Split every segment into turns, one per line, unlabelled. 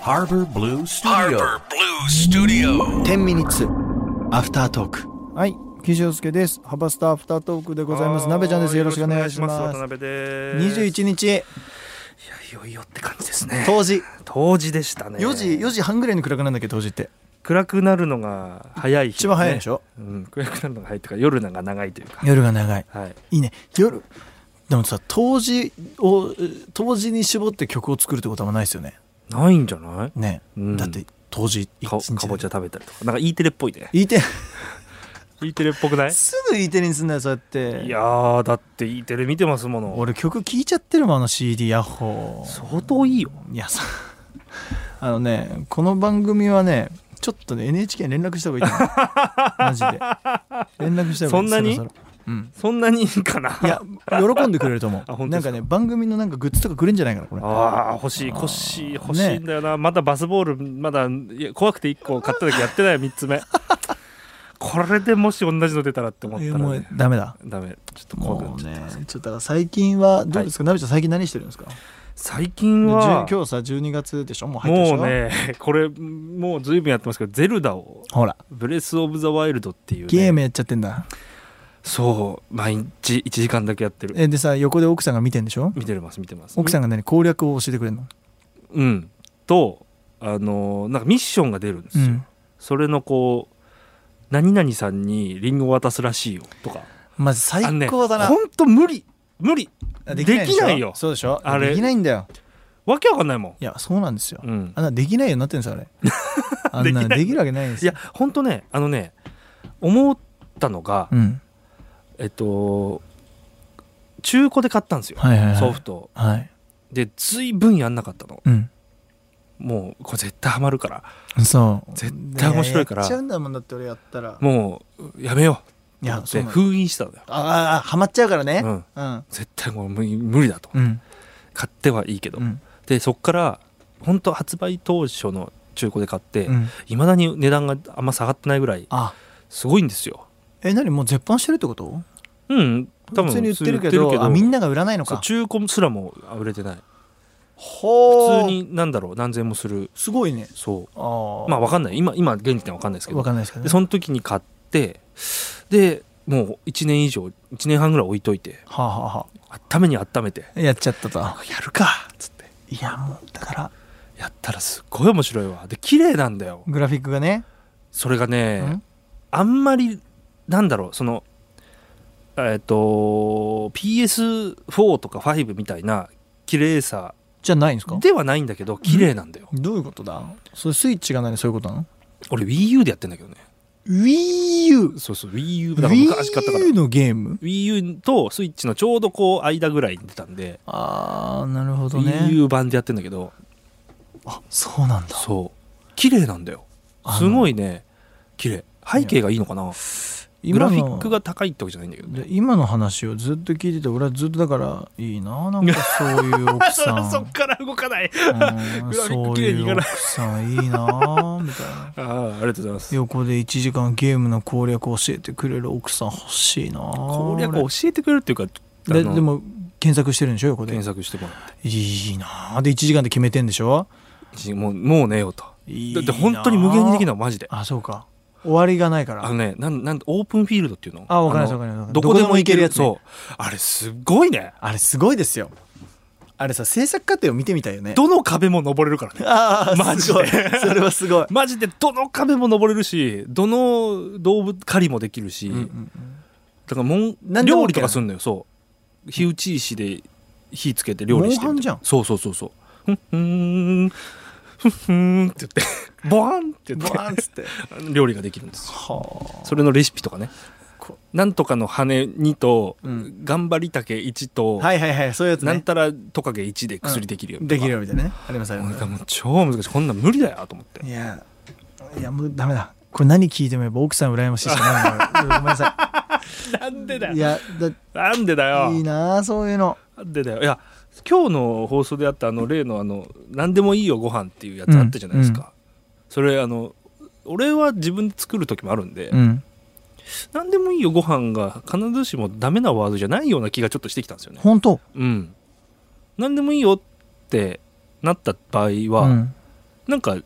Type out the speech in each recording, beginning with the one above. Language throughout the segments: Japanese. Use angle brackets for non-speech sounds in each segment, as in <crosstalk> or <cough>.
Harbor Blue Studio.
Harbor Blue Studio.
10ミニッツアフタートーク
はい、岸洋介です。ハバスターアフタートークでございます。
はー
鍋ちゃんです。よろしくお願いします
渡。辺です。
二十
い
一日
やいよいよって感じですね。
当
<laughs>
時
当時でしたね。
四時四時半ぐらいに暗くなるんだっけ当時って
暗くなるのが早い日、ね。
一番早いでし
ょ。
ょ。
うん、暗くなるのが早いというか夜なんか長いというか。
夜が長い。
はい。
いいね。夜でもさ当時を当時に絞って曲を作るってことはないですよね。
ないんじゃない？
ね、
うん
だって当時一
か
日
かぼちゃ食べたりとか、なんか E テレっぽいね。
E テレ
E テレっぽくない？
すぐ E テレにすんだよそうやって。
いやーだって E テレ見てますもの。
俺曲聴いちゃってるもんあの CD ヤッホー。
相当いいよ。
いやさ <laughs> あのねこの番組はねちょっとね NHK に連絡した方がいいと
<laughs>
思うマジで連絡した方がいい
そんなに
ろろうん
そんなにいいかな。
いや喜んでくれると思
<laughs> あ
う
本当
なん
です
か
か
ね番組のなんかグッズとかくれんじゃないかなこれ
ああ欲しい欲しい欲しいんだよな、まだバスボールまだいや怖くて1個買った時やってないよ3つ目
<laughs>
これでもし同じの出たらって思っ
え
た
ー
ら、
もう
ね、
ダメだ
ダメちょっと怖くな
も
っ
う
ちゃう
ねちょっとだから最近はどうですか、なべちゃん最近何してるんですか
最近
じゅう
は
今日さ12月でしょもう入ってるでし
も
ょ
うねこれもう随分やってますけど「ゼルダ」を
ほら
「ブレス・オブ・ザ・ワイルド」っていう、ね、
ゲームやっちゃってんだ
そう毎日1時間だけやってる
えでさ横で奥さんが見てんでしょ
見てます見てます
奥さん
ん
が何攻略を教えてくれるの
うんとあのーなんかミッションが出るんですよ、
うん
それのこう何々さんにリンゴ渡すらしいよとか
まず最
あのね
高だな
ほんと無理無理
できないでしょ
できないよ
そうでしょ
あれ
できないんだよ
わけわかんないもん
いやそうなんですよ、
うん
あんなできないようになってるんですよあ <laughs> れあんなできるわけないんです
い
よ
やほんとねあのね思ったのが、
うん
えっと中古で買ったんですよ、
はいはいはい
ソフト
はい
で随分やんなかったの
うん
もうこれ絶対ハマるから
そう
絶対面白いから
やっちゃうんだもんだって俺やったら
もうやめよう
いや
っ
そう
て
なの
封印したのよ
ああハマっちゃうからね
うん
うん
絶対もう無無理だと
うん
買ってはいいけど、
うん
でそっから本当発売当初の中古で買って
うん
いま、未だに値段があんま下がってないぐらい
あ
すごいんですよ
え何もう絶版してるってこと
うん多分
普通に売ってるけどあみん
な
なが売らないの
そう
か
中古すらもあ売れてない
ほー
普通に何だろう何千円もする
すごいね
そ
ああ
うまあ分かんない今今現時点は分かんないですけど
わかんないですけど
で
ね
その時に買ってでもう1年以上1年半ぐらい置いといて
はあはあは
温めに温めて
あやっちゃったと
やるかっつって
いやもうだから
やったらすっごい面白いわで綺麗なんだよ
グラフィックがね
それがね、
うん
あんまりなんだろうそのえっ、と PS4 とか5みたいな綺麗さ
じゃないんですか
ではないんだけど綺麗なんだよ、
どういうことだそれスイッチがないのそういうことなの
俺 WiiU でやってんだけどね
Wii U
そうそう WiiU だから昔買ったから
Wii U のゲーム
WiiU とスイッチのちょうどこう間ぐらいに出たんで、
ああなるほどね
WiiU 版でやってんだけど
あそうなんだ
そう綺麗なんだよ
あの
すごいね綺麗背景がいいのかなグラフィックが高いってわけじゃないんだけど
で
ね
今の話をずっと聞いてて俺はずっとだからいいななんかそういう奥さん
<laughs> そっから動かない
うん
グラフィッ
そ
ク
う
綺麗にい
い
か
う
ない
奥さんいいなみたいな
ああありがとうございます
横で1時間ゲームの攻略を教えてくれる奥さん欲しいな
攻略
俺
を教えてくれるっていうか
で
あの
でも検索してるんでしょ横で
検索してもらっ
いいなで1時間で決めてんでしょ
てもうもう寝ようと
いいな
だって本当に無限にできるのマジで
あそうか終わりがないから
あのねなんなんオープンフィールドっていうの
あわかります
の
わかります
どこでも行けるやつ、
どこ
そうあれすごいね
あれすごいですよ。あれさ、制作過程を見てみたいよね。
どの壁も登れるから
<laughs>
ね
ああ、
マジです
ごいそれはすごい。
マジでどの壁も登れるしどの動物狩りもできるし、だからもん
何でも OK
料理とかすんのよそう火打ち石で火つけて料理し
モン
て
ハン
み
じ
た
ゃ
いなんそうそうそうそうふんふんふんふんって言って
<laughs>
ボワンって言
ボ
って
ワンっつって。
料理ができるんですよ
は
それのレシピとかね
こ
なんとかの羽2と、
うん
頑張りたけ1と、
あ。はいはいはい、そういうやつ
なん
ね。
たらトカゲ1で薬できるよ、
できるよみたいなね。ありますあり
な
ま
ん
す
か。もう超難しいこんなん無理だよと思って
いや、いやもうダメだ。これ何聞いてもやっぱ奥さん羨ましいしな。ごめんなさ
なんでだ
い。いや、
なんでだ
だ
よ
いいなあそういうの。
なんでだよいや今日の放送であったあの例のあの「何でもいいよご飯っていうやつあったじゃないですか、
うん
それあの俺は自分で作る時もあるんで、
うん。
何でもいいよご飯が必ずしもダメなワードじゃないような気がちょっとしてきたんですよね
本当。
うん何でもいいよってなった場合は、
うん。
なんか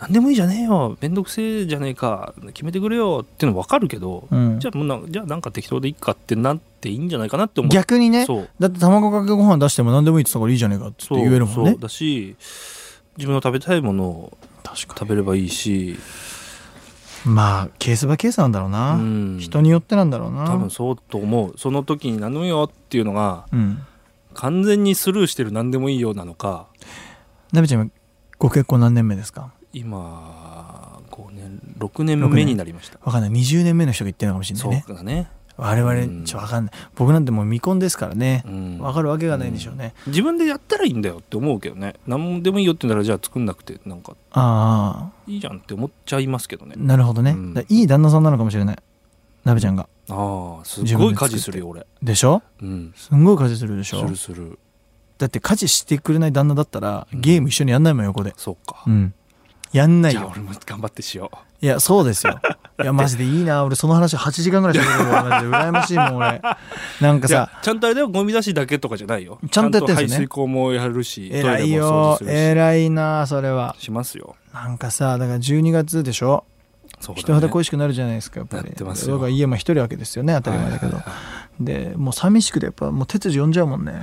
何でもいいじゃねえよめんどくせえじゃねえか決めてくれよっていうの分かるけど、
うん
じゃあもうなじゃあなんか適当でいいかってなっていいんじゃないかなって思う
逆にね
そう
だって卵かけご飯出しても何でもいいって言ったからいいじゃねえかって
そう
言えるもんね
そうだし自分の食べたいものを
確か
食べればいいし、
にまあケースバイケースなんだろうな、
うん
人によってなんだろうな
多分そうと思うその時に「何でもいいよ」っていうのが
うん
完全にスルーしてる何でもいいようなのか
なべちゃんご結婚何年目ですか
今5年6年目になりました、
わかんない20年目の人が言ってるのかもしれない
そう
ね
だね、
我々ちょっとわかんない僕なんてもう未婚ですからね
うん、
わかるわけがないんでしょうね、
自分でやったらいいんだよって思うけどね何でもいいよって言うならじゃあ作んなくてなんか
ああ
いいじゃんって思っちゃいますけどね
なるほどね、
うん
だいい旦那さんなのかもしれないなべちゃんが
ああす
自分
ごい
で作
家
って
事するよ俺
でしょ
うん
すんごい家事するでし
す
ょ
るする
だって家事してくれない旦那だったら
うん
ゲーム一緒にやんないもん横で
そうか、
うんやんない
じゃあ
よ
俺も頑張ってしよ
いやそうです
<laughs>
よいやマジでいいな俺その話8時間ぐらいしてるけどマジで羨ましいもん俺なん
う
か
いや
さ
ちゃんとあれではゴミ出しだけとかじゃないよ
ちゃんとやってんすよね
ちゃ排水口もやるしトイレも
偉い
掃除
よ
するし、
偉いなそれは
しますよ
なんかさだから12月でしょ
そうだね
人肌恋しくなるじゃないですかやっぱり
なってますよ
だから家も一人わけですよね当たり前だけど
はいはいは
でもう寂しくてやっぱもう手筋呼んじゃうもんね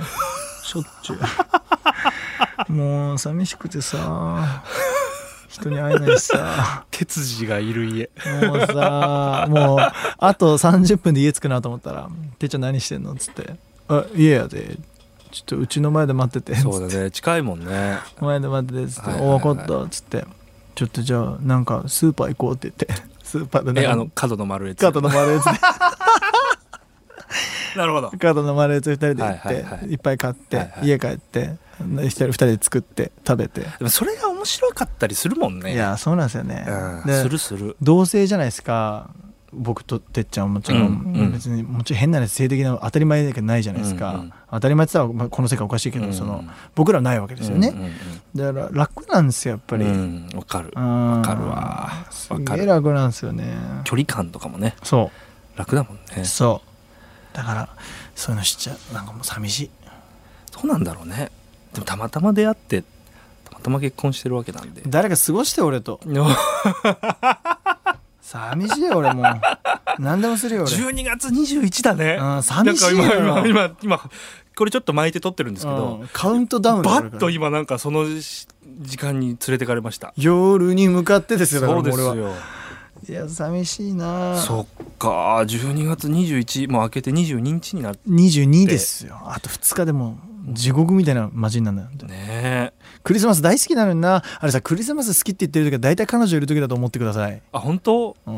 しょっちゅ
<laughs>
うもう寂しくてさ人に会えないしさ
い鉄次がいる家
もうさもうあと30分で家着くなと思ったら「てっちゃん何してんの?」っつって「あ家やでちょっとうちの前で待ってて」
そうだね近いもんね
前で待ってて」っつって
は
「
いはいは
お
い
わかった」っつって「ちょっとじゃあなんかスーパー行こう」って
<laughs>
言ってスーパーでなん
え
か
あの角の丸いやつ
カートの丸いやつ
<laughs>
で
なるほど
カードの丸いやつ2人で行って、
はいいはいはい
っぱい買って、
はいはい
家帰って2人人で作って食べて、
でもそれが面白かったりするもんね
いやそうなんですよね、
うん
です
るする
同性じゃないですか僕とてっちゃんはもちろん、
うんうん
別にもちろん変な話性的な当たり前だけどないじゃないですか、
うんうん
当たり前って言ったらまあこの世界おかしいけど、
うんうん
その僕らはないわけですよね、
うんうんうん
だから楽なんですよやっぱり、
うんわかる
う
わ
ん
かるわ
す
わか
げえ
る
楽なんですよね
距離感とかもね
そ
楽だもんね
うそうだからそういうのしちゃなんかもう寂しい
そうなんだろうねでもたまたま出会ってたまたま結婚してるわけなんで
誰か過ごして俺と寂しいよ俺
<laughs>
もう何でもするよ俺
12月21だね
うん寂しいよ
なんか今今今今これちょっと巻いて撮ってるんですけど
うんカウントダウンだよ
バ
俺
ッ
から
と今なんかそのし時間に連れてかれました
夜に向かってですよだから
そう
もう
です
俺は
よ
いや寂しいな
そっか12月21もう明けて22日になって
22ですよあと2日でもう地獄みたいな街になるんだよ
ね
クリスマス大好きなのになあれさクリスマス好きって言ってる時は大体彼女いる時だと思ってください
あ本当
うん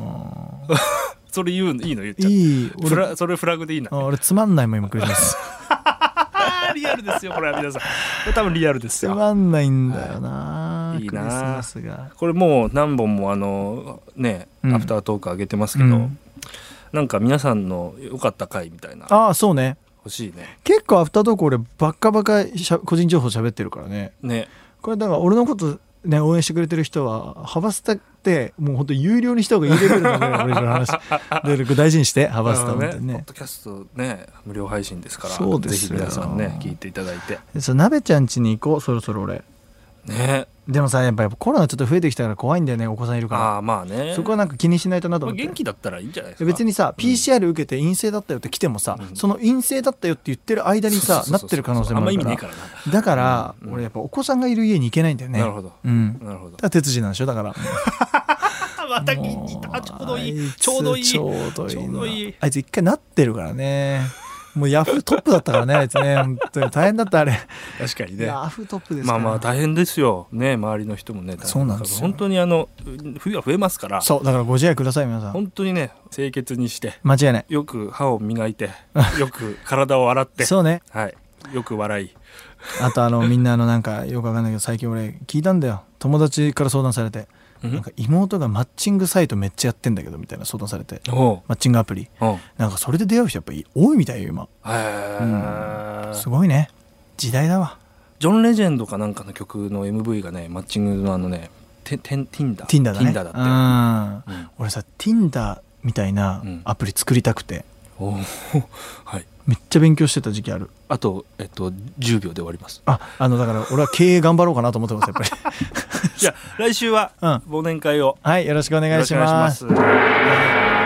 それ言うのいいの言っちゃう
い
<laughs>
い
フ
俺
ラそれフラグでいいな
あ俺つまんないもん今クリスマス
<laughs> あーリアルですよこれは皆さんこれ多分リアルです
つ
よ
まんないんだよな
はいいい
ク
な
リスマスが
これもう何本もあのね、
うん
アフタートーク上げてますけど、
うん
なんか皆さんの良かった回みたいな
ああそうね
欲しいね
結構アフタートーク俺バッカバカしゃ個人情報喋ってるからね
ね
これだから俺のことね応援してくれてる人は幅スタってもう本当有料にした方がいいレベル
<laughs>
なんだよ俺の話でこれ大事にして幅スタみたいな
あのポッ
ね
ドキャストね無料配信ですから
そうですよ
ぜひ皆さんね聞いていただいて
でそう鍋ちゃん家に行こうそろそろ俺
ね
でもさやっぱりコロナちょっと増えてきたから怖いんだよねお子さんいる
あ
か
あまあね
らそこはなんか気にしないとなと
まあ
思って
元気だったらいいんじゃないですか
別にさ
うん
PCR 受けて陰性だったよって来てもさ、
うん
その陰性だったよって言ってる間にさ
そうそうそうそう
なってる可能性もあるから
あんま意味ねえ
だから、
うんうん
俺やっぱお子さんがいる家に行けないんだよね
なるほど
うんだ
からななるほ
<laughs>
ど
から手筋なんでしょだ
<laughs>
から
また気に入ったちょうどいいちょうどいい
ちょうどいいな
ちょうどいい
あいつ一回なってるからねもうヤフートップだったからねあいつね本当に大変だったあれ
確かにね
ヤフートップです
ま
か
あ
ら
まあ大変ですよね周りの人もね大変
そうなんですよ
本当にあの冬は増えますから
そうだからご自愛ください皆さん
本当にね清潔にして
間違いない
よく歯を磨い
<laughs>
てよく体を洗って
そうね
はいよく笑い
あとあのみ <laughs> んなあのなんかよくわかんないけど最近俺聞いたんだよ友達から相談されて
うん
なんか妹がマッチングサイトめっちゃやってんだけどみたいな相談されて
おう
マッチングアプリ
おう
なんかそれで出会う人やっぱり多いみたいよ今
へー
すごいね時代だわ
ジョン・レジェンドかなんかの曲の MV がねマッチングのあのねテテンティンダ
Tinder だね
ティンダだっ
うん
てうん
俺さ Tinder みたいなアプリ作りたくて、
おうはい
めっちゃ勉強してた時期ある
あと、えっと、10秒で終わり
<laughs>
ます。
ああのだから俺は経営頑張ろうかなと思ってますや
<laughs>
っぱり
じゃあ、来週は
うん
忘年会を
はいよろしくお
よ
願
ろ
い
し
し
くお願いし
ま
ますす。